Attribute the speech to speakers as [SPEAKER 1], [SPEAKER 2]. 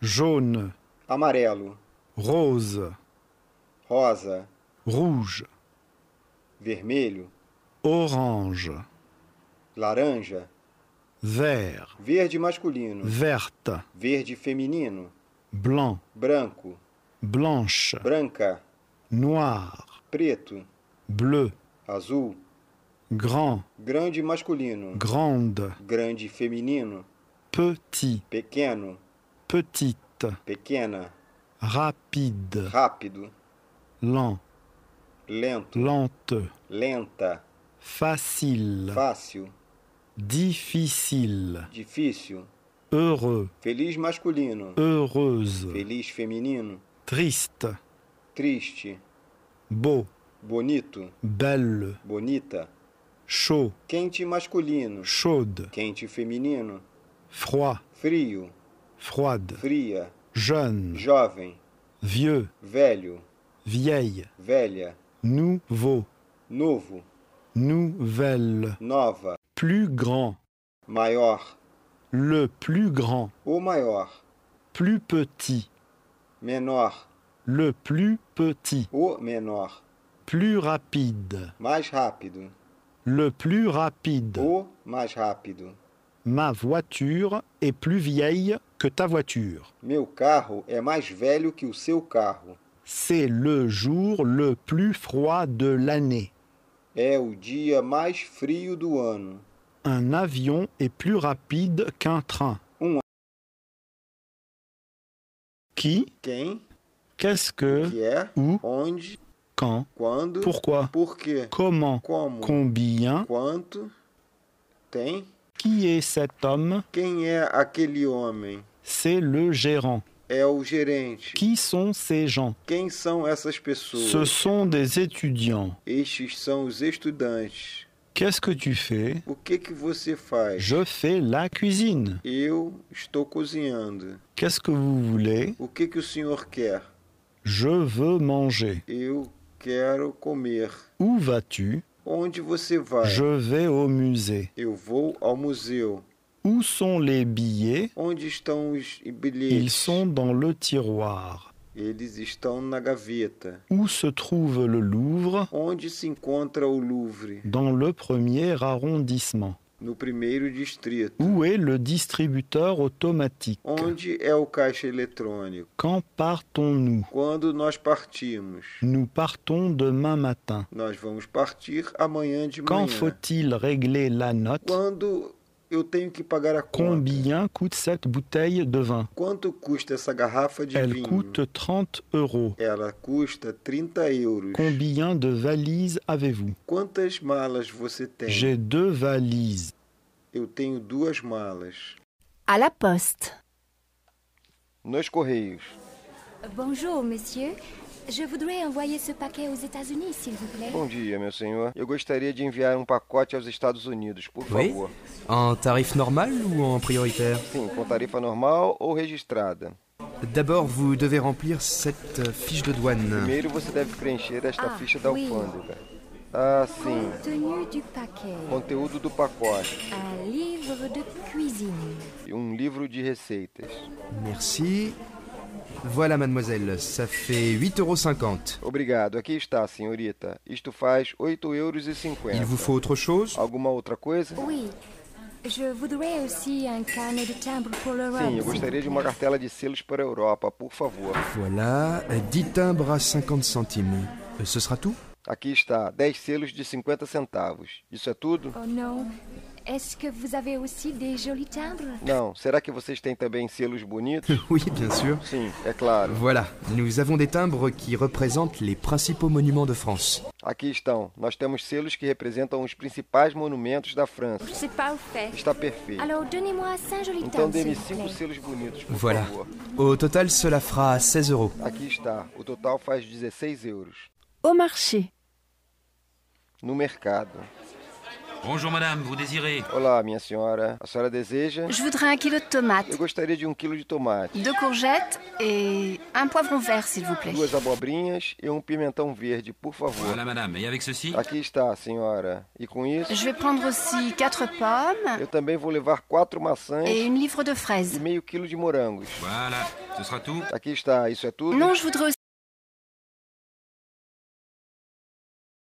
[SPEAKER 1] jaune,
[SPEAKER 2] amarelo,
[SPEAKER 1] rose,
[SPEAKER 2] rosa,
[SPEAKER 1] rouge,
[SPEAKER 2] vermelho,
[SPEAKER 1] orange,
[SPEAKER 2] laranja,
[SPEAKER 1] vert,
[SPEAKER 2] verde masculino,
[SPEAKER 1] verte,
[SPEAKER 2] verde feminino,
[SPEAKER 1] blanc,
[SPEAKER 2] branco,
[SPEAKER 1] blanche,
[SPEAKER 2] branca,
[SPEAKER 1] noir,
[SPEAKER 2] preto,
[SPEAKER 1] bleu,
[SPEAKER 2] azul,
[SPEAKER 1] grand,
[SPEAKER 2] grande masculino,
[SPEAKER 1] grande,
[SPEAKER 2] grande feminino,
[SPEAKER 1] petit,
[SPEAKER 2] pequeno,
[SPEAKER 1] petite,
[SPEAKER 2] pequena,
[SPEAKER 1] rapide,
[SPEAKER 2] rápido,
[SPEAKER 1] lent,
[SPEAKER 2] lento,
[SPEAKER 1] lente,
[SPEAKER 2] lenta,
[SPEAKER 1] facile,
[SPEAKER 2] fácil,
[SPEAKER 1] difficile,
[SPEAKER 2] difícil,
[SPEAKER 1] heureux,
[SPEAKER 2] feliz masculino,
[SPEAKER 1] heureuse,
[SPEAKER 2] feliz feminino,
[SPEAKER 1] triste,
[SPEAKER 2] triste,
[SPEAKER 1] beau,
[SPEAKER 2] bonito,
[SPEAKER 1] belle,
[SPEAKER 2] bonita,
[SPEAKER 1] chaud,
[SPEAKER 2] quente masculino,
[SPEAKER 1] chaude,
[SPEAKER 2] quente feminino,
[SPEAKER 1] froid,
[SPEAKER 2] frio,
[SPEAKER 1] froide,
[SPEAKER 2] fria,
[SPEAKER 1] jeune,
[SPEAKER 2] jovem,
[SPEAKER 1] vieux,
[SPEAKER 2] velho,
[SPEAKER 1] vieille,
[SPEAKER 2] velha,
[SPEAKER 1] nouveau,
[SPEAKER 2] novo,
[SPEAKER 1] nouvelle,
[SPEAKER 2] nova,
[SPEAKER 1] plus grand,
[SPEAKER 2] maior,
[SPEAKER 1] le plus grand,
[SPEAKER 2] o maior,
[SPEAKER 1] plus petit,
[SPEAKER 2] menor,
[SPEAKER 1] le plus petit,
[SPEAKER 2] o menor,
[SPEAKER 1] plus rapide,
[SPEAKER 2] mais rápido,
[SPEAKER 1] le plus rapide.
[SPEAKER 2] o mais rápido.
[SPEAKER 1] Ma voiture est plus vieille que ta voiture.
[SPEAKER 2] Meu carro é mais velho que o seu carro.
[SPEAKER 1] C'est le jour le plus froid de l'année.
[SPEAKER 2] É o dia mais frio do ano.
[SPEAKER 1] Un avion est plus rapide qu'un train.
[SPEAKER 2] Ouin.
[SPEAKER 1] Qui,
[SPEAKER 2] Quem,
[SPEAKER 1] qu'est-ce que,
[SPEAKER 2] que é,
[SPEAKER 1] où,
[SPEAKER 2] onde,
[SPEAKER 1] quand,
[SPEAKER 2] quando,
[SPEAKER 1] pourquoi,
[SPEAKER 2] por quê,
[SPEAKER 1] comment,
[SPEAKER 2] como,
[SPEAKER 1] combien,
[SPEAKER 2] quanto, tem,
[SPEAKER 1] qui est cet homme
[SPEAKER 2] quem é aquele homem,
[SPEAKER 1] C'est le gérant.
[SPEAKER 2] é o gerente.
[SPEAKER 1] Qui sont ces gens
[SPEAKER 2] Quem são essas
[SPEAKER 1] Ce
[SPEAKER 2] pessoas?
[SPEAKER 1] sont des étudiants.
[SPEAKER 2] Estes são os estudantes.
[SPEAKER 1] Qu'est-ce que tu fais
[SPEAKER 2] O que que você faz?
[SPEAKER 1] Je fais la cuisine.
[SPEAKER 2] Eu estou cozinhando.
[SPEAKER 1] Qu'est-ce que vous voulez
[SPEAKER 2] O que que o senhor quer?
[SPEAKER 1] Je veux manger.
[SPEAKER 2] Eu quero comer.
[SPEAKER 1] Où vas-tu
[SPEAKER 2] Onde você vai?
[SPEAKER 1] Je vais au musée.
[SPEAKER 2] Eu vou ao museu.
[SPEAKER 1] Où sont les billets
[SPEAKER 2] Onde estão os
[SPEAKER 1] Ils
[SPEAKER 2] bilhetes?
[SPEAKER 1] sont dans le tiroir.
[SPEAKER 2] Eles estão na gaveta.
[SPEAKER 1] Où se trouve le Louvre
[SPEAKER 2] Onde se encontra o Louvre?
[SPEAKER 1] Dans le premier arrondissement.
[SPEAKER 2] No primeiro distrito.
[SPEAKER 1] Où est le distributeur automatique
[SPEAKER 2] Onde é o caixa eletrônico?
[SPEAKER 1] Quand partons-nous
[SPEAKER 2] Quando nós partimos?
[SPEAKER 1] Nous partons demain matin.
[SPEAKER 2] Nós vamos partir amanhã de
[SPEAKER 1] Quand
[SPEAKER 2] manhã.
[SPEAKER 1] faut-il régler la note
[SPEAKER 2] Quando eu tenho que pagar a conta?
[SPEAKER 1] Combien coûte cette bouteille de vin
[SPEAKER 2] Quanto custa essa garrafa de
[SPEAKER 1] Elle
[SPEAKER 2] vinho?
[SPEAKER 1] coûte 30 euros.
[SPEAKER 2] Ela custa 30 euros.
[SPEAKER 1] Combien de valises avez-vous
[SPEAKER 2] Quantas malas você tem?
[SPEAKER 1] J'ai deux valises.
[SPEAKER 2] Eu tenho duas malas.
[SPEAKER 3] À la poste.
[SPEAKER 2] Nos correios.
[SPEAKER 4] Bonjour, monsieur. Je voudrais envoyer ce paquet aux États-Unis, s'il vous plaît.
[SPEAKER 2] Bom dia, meu senhor. Eu gostaria de enviar um pacote aos Estados Unidos, por
[SPEAKER 5] Oui
[SPEAKER 2] favor.
[SPEAKER 5] Un tarif normal ou en prioritaire
[SPEAKER 2] Sim, com tarifa normal ou registrada.
[SPEAKER 5] D'abord, vous devez remplir cette euh, fiche de douane.
[SPEAKER 2] Primeiro você deve preencher esta
[SPEAKER 4] Ah,
[SPEAKER 2] ficha da
[SPEAKER 4] oui.
[SPEAKER 2] alfândega. Ah, sim.
[SPEAKER 4] Contenu du paquet.
[SPEAKER 2] Conteúdo do pacote
[SPEAKER 4] Un livre de cuisine.
[SPEAKER 2] e um livro de receitas.
[SPEAKER 5] Merci. Voilà, mademoiselle, ça fait 8,50 euros.
[SPEAKER 2] Obrigado. Aqui está, senhorita. Isto faz 8,50 euros.
[SPEAKER 5] Il vous faut autre chose
[SPEAKER 2] Alguma outra coisa?
[SPEAKER 4] Oui. Je voudrais aussi un carnet de timbre pour l'Europe.
[SPEAKER 2] Sim, eu gostaria de uma cartela de selos para a Europa, por favor.
[SPEAKER 5] Voilà, euh, 10 timbres à 50 centimes. Euh, Ce sera tout
[SPEAKER 2] Aqui está, 10 selos de 50 centavos. Isso é tudo?
[SPEAKER 4] Oh non. Est-ce que vous avez aussi des jolis timbres
[SPEAKER 2] Não. Será que vocês têm também selos bonitos?
[SPEAKER 5] Oui, bien sûr.
[SPEAKER 2] Sim, é claro.
[SPEAKER 5] Voilà, nous avons des timbres qui représentent les principaux monuments de France.
[SPEAKER 2] Aqui estão. Nós temos selos que representam os principais monumentos da França.
[SPEAKER 4] C'est parfait.
[SPEAKER 2] Está perfeito.
[SPEAKER 4] Alors, donnez-moi cinq jolis
[SPEAKER 2] Então
[SPEAKER 4] timbres, s'il
[SPEAKER 2] dê-me
[SPEAKER 4] vous
[SPEAKER 2] 5
[SPEAKER 4] plaît.
[SPEAKER 2] selos bonitos, por
[SPEAKER 5] Voilà.
[SPEAKER 2] favor.
[SPEAKER 5] Au total, cela fera 16 euros.
[SPEAKER 2] Aqui está. O total faz 16 euros.
[SPEAKER 3] Au marché.
[SPEAKER 2] No mercado.
[SPEAKER 3] Bonjour madame, vous désirez
[SPEAKER 2] Olá, minha senhora. A senhora deseja?
[SPEAKER 6] Je voudrais un kilo de tomates,
[SPEAKER 2] Eu gostaria de um quilo de tomate,
[SPEAKER 6] deux courgettes et un poivron vert, s'il vous plaît.
[SPEAKER 2] duas abobrinhas e um pimentão verde, por favor.
[SPEAKER 3] Voilà madame, et avec ceci
[SPEAKER 2] Aqui está, senhora. E com isso,
[SPEAKER 6] Je vais prendre aussi quatre pommes
[SPEAKER 2] eu também vou levar quatro maçãs
[SPEAKER 6] et une livre de
[SPEAKER 2] e
[SPEAKER 6] fraises.
[SPEAKER 2] meio quilo de morangos.
[SPEAKER 3] Voilà, ce sera tout
[SPEAKER 2] Aqui está, isso é tudo?
[SPEAKER 6] Non, je voudrais